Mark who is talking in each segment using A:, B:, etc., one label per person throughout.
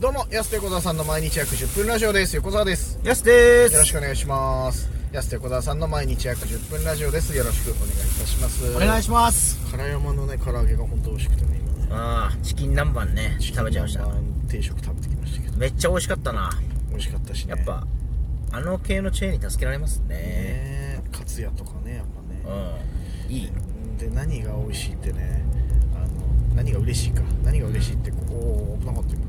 A: どうも、安手小沢さんの毎日約10分ラジオです。横澤です。
B: やすで
A: よろし
B: す
A: くお願いします。安手小沢さんの毎日約10分ラジオです。よろしくお願いいたします。
B: お願い
A: し
B: します
A: ます。唐山のね、唐揚げが本当美味しくてね、今ね。
B: ああチキン南蛮ね食べちゃいました
A: 定食食べてきましたけど、
B: めっちゃ美味しかったな
A: 美味しかったしね。
B: やっぱあの系のチェーンに助けられますね
A: ね、カツヤとかね、やっぱね。
B: うんいい
A: で何が美味しいってねあの何が嬉しいか何が嬉しいってここおー危なかった今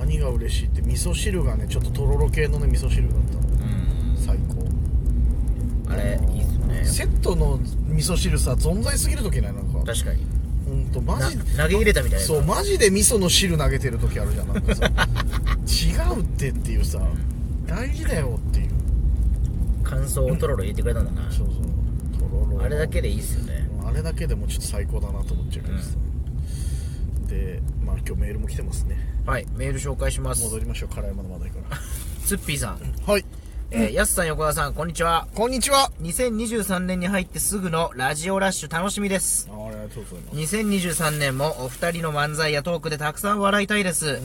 A: 何が嬉しいって味噌汁がねちょっととろろ系のね味噌汁だったの
B: うん
A: 最高
B: あれいいっすね
A: セットの味噌汁さ存在すぎる時ないなんか
B: 確かに
A: ほんとマ
B: な
A: ジで
B: 投げ入れたみたいな
A: そうマジで味噌の汁投げてる時あるじゃんなんか さ違うってっていうさ大事だよっていう
B: 感想をトロロ入れてくれたんだな
A: そうそうとろろ
B: あれだけでいいっすよね
A: あれだけでもちょっと最高だなと思っちゃうけどさ、でまあ今日メールも来てますね
B: はいメール紹介します
A: 戻りましょう唐山の話題か
B: ツッピーさん
A: らはい
B: えーやすさん横田さんこんにちは
A: こんにちは
B: 2023年に入ってすぐのラジオラッシュ楽しみです
A: あありがとうございます
B: 2023年もお二人の漫才やトークでたくさん笑いたいです、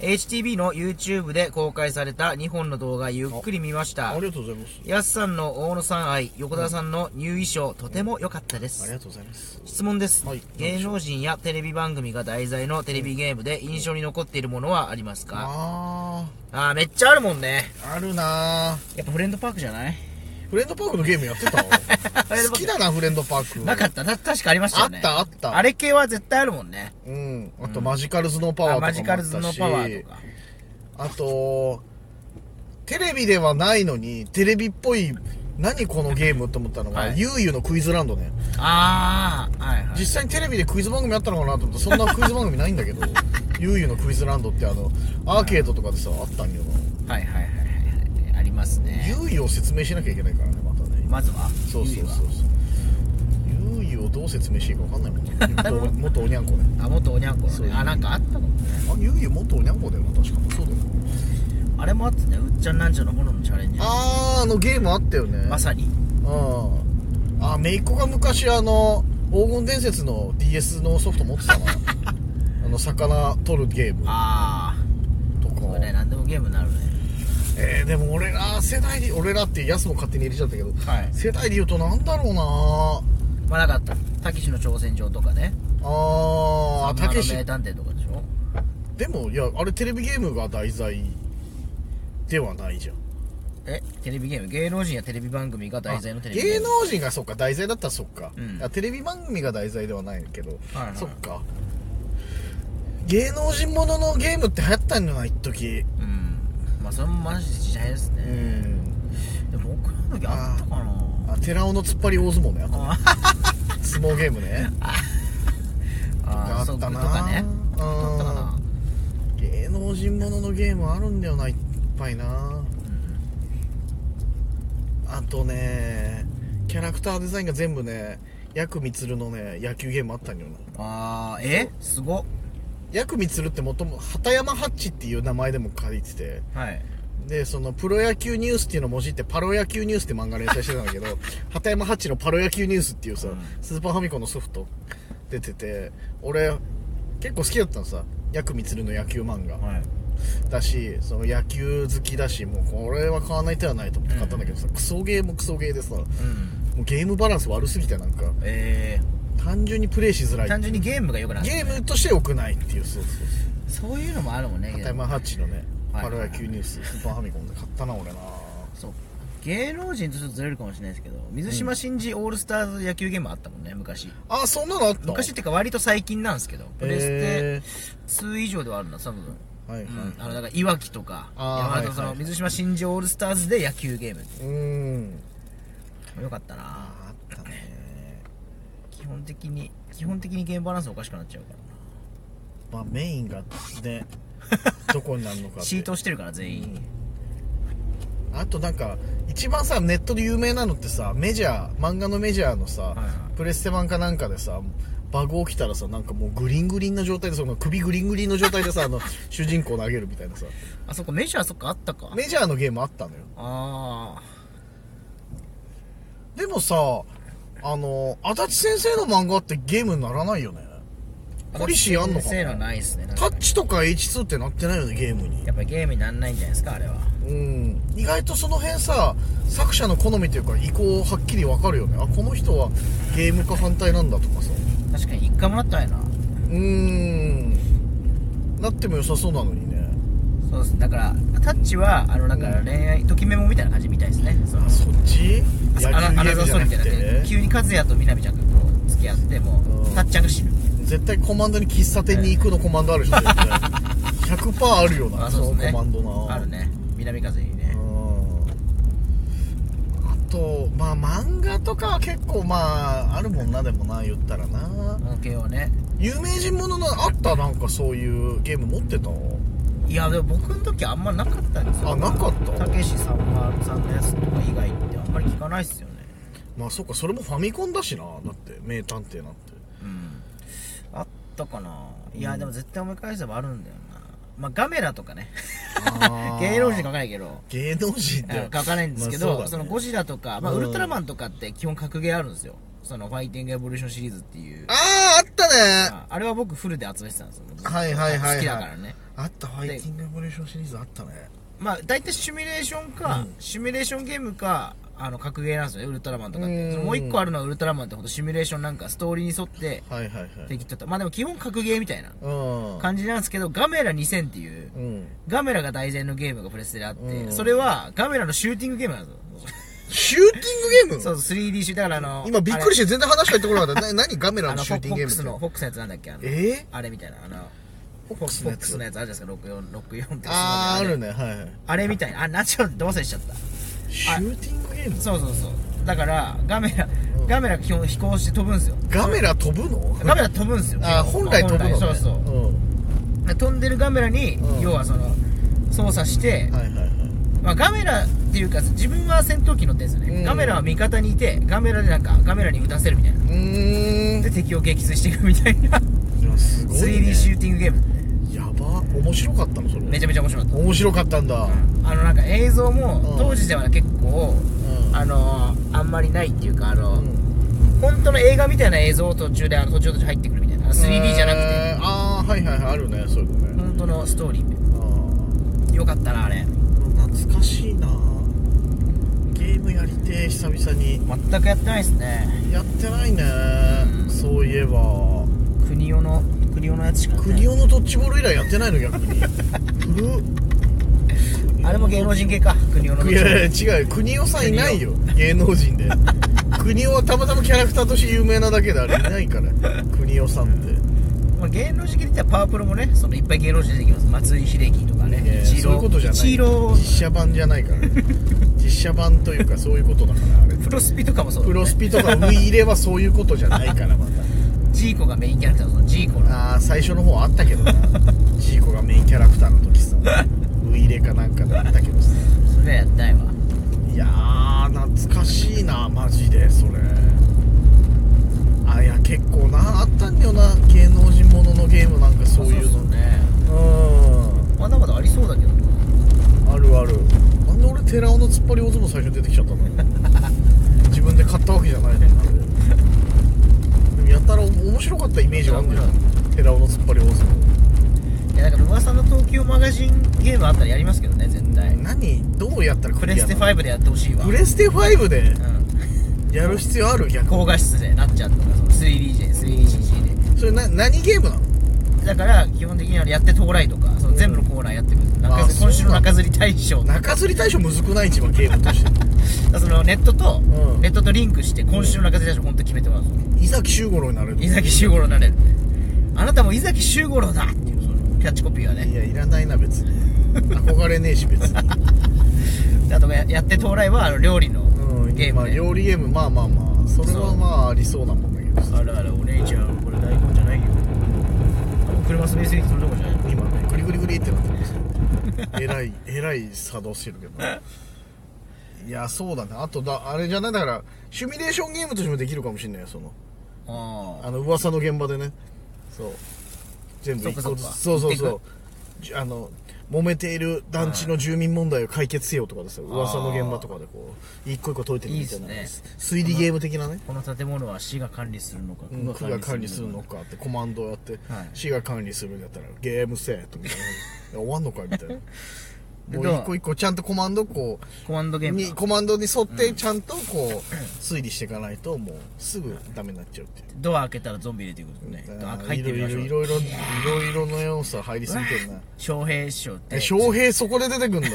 B: HTB の YouTube で公開された2本の動画ゆっくり見まし
A: あ
B: た
A: りがとうございます
B: やすさんの大野さん愛横田さんの入衣装とても良かったで
A: あ
B: す、
A: りがとうございます
B: 質問です、
A: はい
B: 芸能人やテレビ番組が題材のテレビゲームで印象に残っているものはありますか、
A: あ
B: あーめっちゃあるもんね
A: ーあるなー
B: やっぱフレンドパークじゃない
A: フレンドパークのゲームやって た俺好きだなフレンドパーク
B: なかったた確かありましたよね
A: あったあった
B: あれ系は絶対あるもんね
A: うんあとマジカルズのパワーと
B: あ
A: かもあ
B: マ
A: ったし
B: ジカルズのパワーとか
A: あとテレビではないのにテレビっぽい何このゲームと思ったのが、
B: はい
A: ゆうゆうのクイズランドね
B: ああはいはい
A: 実際にテレビでクイズ番組あったのかなと思ったらそんなクイズ番組ないんだけ どゆうゆうのクイズランドってあのアーケードとかでさあったんよな
B: はいはいはいはいありますね
A: ゆうゆうを説明しなきゃいけないからねまたね
B: まずは
A: そうそうそう
B: ゆ
A: そうゆうゆうをどう説明していいか分かんないもんね元元おにゃんこね
B: いはあ元おにゃんこの
A: そう
B: ねあなんかあったかもね
A: あゆうゆう元おにゃんこだよな確かそうだよな
B: あれもあったねうっちゃんなんちゃんの炎のチャレンジ
A: あーあのゲームあったよね
B: まさに
A: うんあめいっ子が昔あの黄金伝説の DS のソフト持ってたな あの魚取るゲーム
B: あ
A: と
B: あこ
A: か、
B: れね何でもゲームになるね
A: えー、でも俺ら世代で俺らってやつも勝手に入れちゃったけど、
B: はい
A: 世代で言うとなんだろうな
B: まあなんかたけしの挑戦状とかね
A: あーたけし
B: 名探偵とかでしょ
A: でもいやあれテレビゲームが題材ではないじゃん
B: えテレビゲーム芸能人やテレビ番組が題材のテレビゲ
A: 芸
B: ーム
A: 能人がそっか題材だったらそっか、
B: うん
A: あテレビ番組が題材ではないけど、
B: はいはい
A: そっか芸能人もののゲームって流行ったんだな一時
B: うんまあそれもマジで時代です
A: う
B: ね
A: ん
B: でも僕らの時あったかな
A: あ寺尾の突っ張り大相撲ね あと
B: あ
A: 相撲ゲームね
B: あー
A: あ
B: ソ
A: っ
B: ング
A: た
B: と
A: な
B: かね
A: うん
B: あったかな
A: 芸能人もののゲームあるんだよないっぱいなあとねキャラクターデザインが全部ねヤクミツルのね野球ゲームあったんよな
B: ああえすごっ
A: ヤクミツルってもとも畑山ハッチっていう名前でも借りてて
B: はい
A: でそのプロ野球ニュースっていうのをもじってパロ野球ニュースって漫画連載してたん だけど畑山ハッチのパロ野球ニュースっていうさ、
B: うん
A: スーパーファミコンのソフト出てて俺結構好きだったのさヤクミツルの野球漫画、
B: はい
A: だしその野球好きだしもうこれは買わない手はないと思って買ったんだけどさ、クソゲーもクソゲーでさも
B: うん
A: うゲームバランス悪すぎてなんか
B: え
A: 単純にプレイしづら
B: ー、単
A: い
B: 純にゲームが良くなった
A: ゲームとして良くないっていうそうそうそう
B: そういうのもあるもんね
A: 片山ハッチのね、
B: はい
A: パロ野球ニュース、スーパーファミコンで買ったな、俺な。
B: そう芸能人とちょっとずれるかもしれないですけど水島新司オールスターズ野球ゲームあったもんね昔
A: あ、そんなのあった
B: 昔っていうか割と最近なんですけどプレ
A: へ
B: ステ2以上ではあるな多分、
A: はいはい。
B: うん、あのだからいわきとか
A: あー
B: 山形のそ
A: はい
B: の
A: はい
B: 水島新司オールスターズで野球ゲーム
A: うーん。
B: よかったな
A: あったね。
B: 基本的に基本的にゲームバランスおかしくなっちゃうから
A: まあ、メインがね、どこになるのかっ
B: な
A: て。
B: シートしてるから全員、
A: あとなんか、一番さ、ネットで有名なのってさ、メジャー、漫画のメジャーのさ、
B: はい
A: プレステ版かなんかでさ、バグ起きたらさ、なんかもうグリングリンな状態で、その首グリングリンの状態でさ、あの、主人公投げるみたいなさ、
B: あそっかメジャーそっかあったか
A: メジャーのゲームあったのよ。
B: あ
A: でもさあの足立先生の漫画ってゲームにならないよね
B: あ
A: コリシーあんのか
B: そういうのはないですねなん
A: タ
B: か
A: ッチとか H2 ってなってないよねゲームに
B: やっぱりゲームになんないんじゃないですかあれは
A: うん意外とその辺さ作者の好みというか意向はっきり分かるよねあこの人はゲーム化反対なんだとかさ
B: 確かに一回もらってないな
A: うんなっても良さそうなのにね
B: そうですだからタッチはあのなんか
A: うん
B: 恋愛ときメモみたいな感じみたいですねその
A: あそっち野球ゲ
B: あのアナ
A: ー
B: ザ
A: ム
B: ー
A: じ
B: ソ
A: ゃ
B: ール
A: な
B: みたい
A: く
B: なね
A: て
B: 急に和也と南ちゃんがこう付き合っても
A: うん
B: うたっちゃんが死ぬ
A: 絶対コマンドに喫茶店に行くのコマンドあるし、 絶対100%あるよな
B: あ
A: そ
B: そうですね
A: のコマンドな
B: あるね南風にね
A: うんあとまあ漫画とかは結構まああるもんなでもな言ったらな
B: 恩恵をね
A: 有名人もののあったなんかそういうゲーム持ってた
B: いやでも僕の時あんまなかったんですよ
A: あなかった
B: たけしさんまさんのやつとか以外ってあんまり聞かないっすよね
A: まあそっかそれもファミコンだしなだって名探偵なんて
B: うんあったかないやでも絶対思い返せばあるんだよなまあガメラとかね 芸能人書かないけど
A: 芸能人って
B: 書かないんですけ
A: ま
B: ど、
A: あそうだね
B: そのゴジラとか、まあ、
A: うん
B: ウルトラマンとかって基本格ゲーあるんですよそのファイティングエボリューションシリーズっていう
A: あああったね
B: ああれは僕フルで集めてたんですよ僕
A: はいはいはいはい
B: 好きだからね
A: あったファイティングエボリューションシリーズあったね
B: まあ大体シミュレーションか、
A: うん
B: シミュレーションゲームかあの格ゲーなんですよねウルトラマンとかっ
A: うん
B: てそのもう一個あるのはウルトラマンってほんとシミュレーションなんかストーリーに沿って
A: はいはいはい
B: 敵とったまあでも基本格ゲーみたいな
A: うん
B: 感じなんですけどガメラ2000っていう
A: うん
B: ガメラが題材のゲームがプレステであって、
A: うん
B: それはガメラのシューティングゲームなんですよ
A: シューティングゲーム
B: そうそう 3D シューだからあの
A: 今びっくり
B: し
A: して全然話が入ってこな かった。な何ガメラ
B: あ
A: の
B: の
A: シ
B: フ
A: ュ
B: ォ
A: ーティングゲ
B: ックス
A: ーム
B: の
A: って。
B: フォックスのやつなんだっけあの
A: え
B: あれみたいなあの
A: フォックス
B: フ
A: の
B: ォッ
A: や
B: クス
A: つ
B: の。やつあるじゃないですか6464って
A: あー、あ
B: れ
A: るね、はい。
B: あれみたいなあなっちゃうどうせしちゃった
A: シューティングゲーム
B: そうそうそうだからガメラ、
A: うん
B: ガメラ基本飛行して飛ぶんですよ
A: ガメラ飛ぶの
B: ガメラ飛ぶんですよ
A: あー、
B: 基
A: 本来飛ぶのね。
B: そうそう、
A: うん
B: で飛んでるガメラに、
A: うん
B: 要はその操作して、
A: はいはいはい。
B: まあ、ガメラっていうか自分は戦闘機乗ってるんですよね、
A: うん
B: ガメラは味方にいてガメラでなんかガメラに撃たせるみたいな
A: うーん。
B: で敵を撃墜していくみた いない
A: や、すごい、ね
B: 3D。シューティングゲームってね
A: やば。面白かったの、それ。
B: めちゃめちゃ面白かった
A: 面白かったんだ。
B: あのなんか映像も
A: うん
B: 当時では結構、
A: うん
B: あのあんまりないっていうかあの、
A: うん
B: 本当の映画みたいな映像を途中であの途中途中入ってくるみたいなあの 3D じゃなくて
A: えーあー、はいはいはい、あるね、そういうのね。
B: 本当のストーリーよかったなあれ
A: あー懐かしいなゲームやりてえ、久々に。
B: 全くやってないですね
A: やってないね、そういえば
B: 国オの国オのやつしかね
A: 国オのドッジボール以来やってないの逆 に古
B: あれも芸能人系か国オの
A: っいやいや違うよ国オさんいないよ芸能人 で国オはたまたまキャラクターとして有名なだけであれいないから国オさんって
B: まあ芸能人系って言ったらパワープロもねそのいっぱい芸能人出てきます松井秀喜とか
A: いや
B: ね
A: いや
B: イチ
A: そうい
B: ロ
A: うことじゃ
B: ーイ
A: ない
B: チロ
A: 実
B: ー
A: 写版じゃないから実写版というか そういうことだからあれ
B: プロスピとかもそうだ
A: プ
B: よね
A: ロスピとかウイイレはそういうことじゃないからまた
B: ジーコがメインキャラクターのジーコの
A: あー最初の方あったけどなジーコがメインキャラクターの時さウイイレかなんかだったけどさ
B: それはやってないわ
A: いやー懐かしいなマジでそれあいや結構なあったんだよな芸能人もののゲームなんかそういうの
B: のね
A: う
B: まだまだありそうだけどなん
A: あるあるなんで俺寺尾の突っ張り大相撲最初に出てきちゃったの 自分で買ったわけじゃないのにでもやたら面白かったイメージがあるんだよ
B: 面
A: 寺尾の突っ張り大相撲
B: いやだから噂の東京マガジンゲームあったらやりますけどね絶対
A: 何どうやったら
B: プ
A: ク
B: レ
A: リア
B: ス
A: な
B: テ
A: の
B: 5でやってほしいわ
A: プレステ5で
B: うん
A: やる必要ある逆に
B: 高画質でなっちゃうとかその 3DJ、3DCC
A: それな何ゲームなの
B: でだから基本的にはやって到来とかその全部のコーナーやってくる中
A: あ
B: 吊り今週の
A: そうなんだ
B: 中吊り大賞だか
A: 中吊り大賞むずくない一番ゲームとして
B: らそのネットと、
A: ん
B: ネットとリンクして今週の中吊り大賞本当決めてもらうんですよ
A: 伊崎周五郎になれる
B: 伊崎修五郎になれるあなたも伊崎修五郎だっていうそのキャッチコピーが
A: い
B: ね
A: やいらないな別に憧れねえし 別に、
B: であとややって到来はあの料理の
A: うん、
B: ゲー
A: ま
B: ム
A: あ
B: で、
A: 料理ゲームまあまあまあそれ
B: そ
A: は
B: う
A: まあありそうなもんだけどさ
B: あらあらお姉ちゃんこれ大根じゃないよ車滑りすぎてそれどころじゃない
A: 今ねグリグリグリってなってますよ えらいえらい作動してるけどいやそうだねあとだあれじゃないだからシミュレーションゲームとしてもできるかもしれないよその
B: あ
A: あの噂の現場でねそう全部
B: そっか
A: 一個ずつそ
B: そっか
A: うそうそ
B: 行
A: うじあの揉めている団地の住民問題を解決せよとかですよ噂の現場とかでこう一個一個解いてるみたいない
B: いっす
A: 推理ゲーム的なね
B: この建物は市が管理するのか、
A: うん区が管理するの
B: か。
A: かってコマンドをやって
B: はい
A: 市が管理するんだったらゲームセットみたいな終わんのかみたいなもう一個一個ちゃんとコマンドこう
B: コマンドゲーム
A: に
B: だ。
A: コマンドに沿ってちゃんとこう推理していかないともうすぐダメになっちゃうっていう。
B: ドア開けたらゾンビ出てくるとね。ドア入ってみましょう。
A: いろいろいろいろいろいろの要素入りすぎてるな
B: 翔平師匠っ
A: え
B: て。
A: 翔平そこで出てくんだ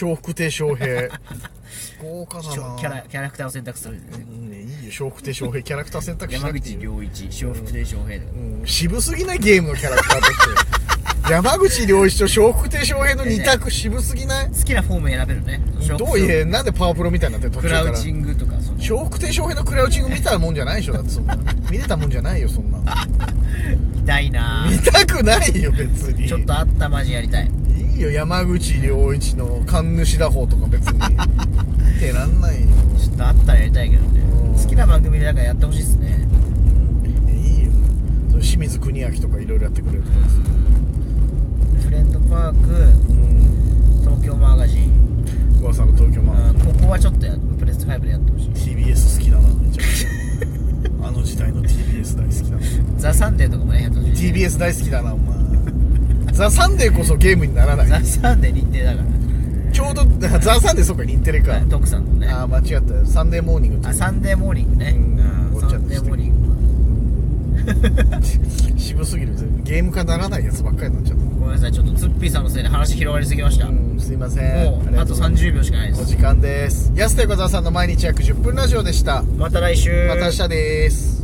A: 笑福亭翔平豪華だな
B: キャラ、キャラクターを選択するんですね。
A: うんねいいよ笑福亭翔平キャラクター選択し
B: 山
A: なくてい
B: 口
A: いよ、
B: 良一、笑福亭翔平だよ。
A: うん、渋すぎないゲームのキャラクターとして山口良一と笑福亭翔平の二択渋すぎない
B: 好きなフォーム選べるね。
A: どういえなんでパワープロみたいになってる途
B: ク
A: 中
B: ラ
A: から
B: ウチングとか、その。
A: 笑福亭翔平のクラウチング見たもんじゃないでしょだってそんな見れたもんじゃないよそんなの
B: 痛いな
A: 見
B: ぁ
A: たくないよ別に
B: ちょっとあったマジやりたい。
A: いいよ山口良一の神主打法とか別 に見てらんないよ
B: ちょっとあったらやりたいけど
A: うん
B: ね。好きな番組でなんかやってほしいですね。
A: いいよそれ清水国明とかいろいろやってくれるとかです
B: フレンドパーク、
A: うん
B: 東京マガジン。
A: 噂の東京マ
B: あ
A: ン
B: ーここはちょっとやプレステ5でやってほしい。
A: TBS 好きだなめちゃく ちゃあの時代の TBS 大好きだな
B: ザ・サンデーとかもね、やってほしいね。
A: TBS 大好きだなお前 ザ・サンデーこそゲームにならない
B: ザ・サンデー日程だか。
A: ちょうど ザ・サンデーそっか日テレから
B: 徳さんのね。
A: ああ間違ったよサンデーモーニング
B: あ、サンデーモーニングね。
A: うん
B: うんサンデーモーニング。
A: 渋すぎるゲーム化ならないやつばっかりになっちゃっ
B: ごめんなさい、ちょっとツッピーさんのせいで話広がりすぎました。
A: た
B: も
A: うんすいませんり
B: う、あ
A: が
B: と
A: うございます
B: 30秒しかない
A: お
B: です。
A: 時間です安田横澤さんの毎日約10分ラジオでした
B: また来週。
A: また明日です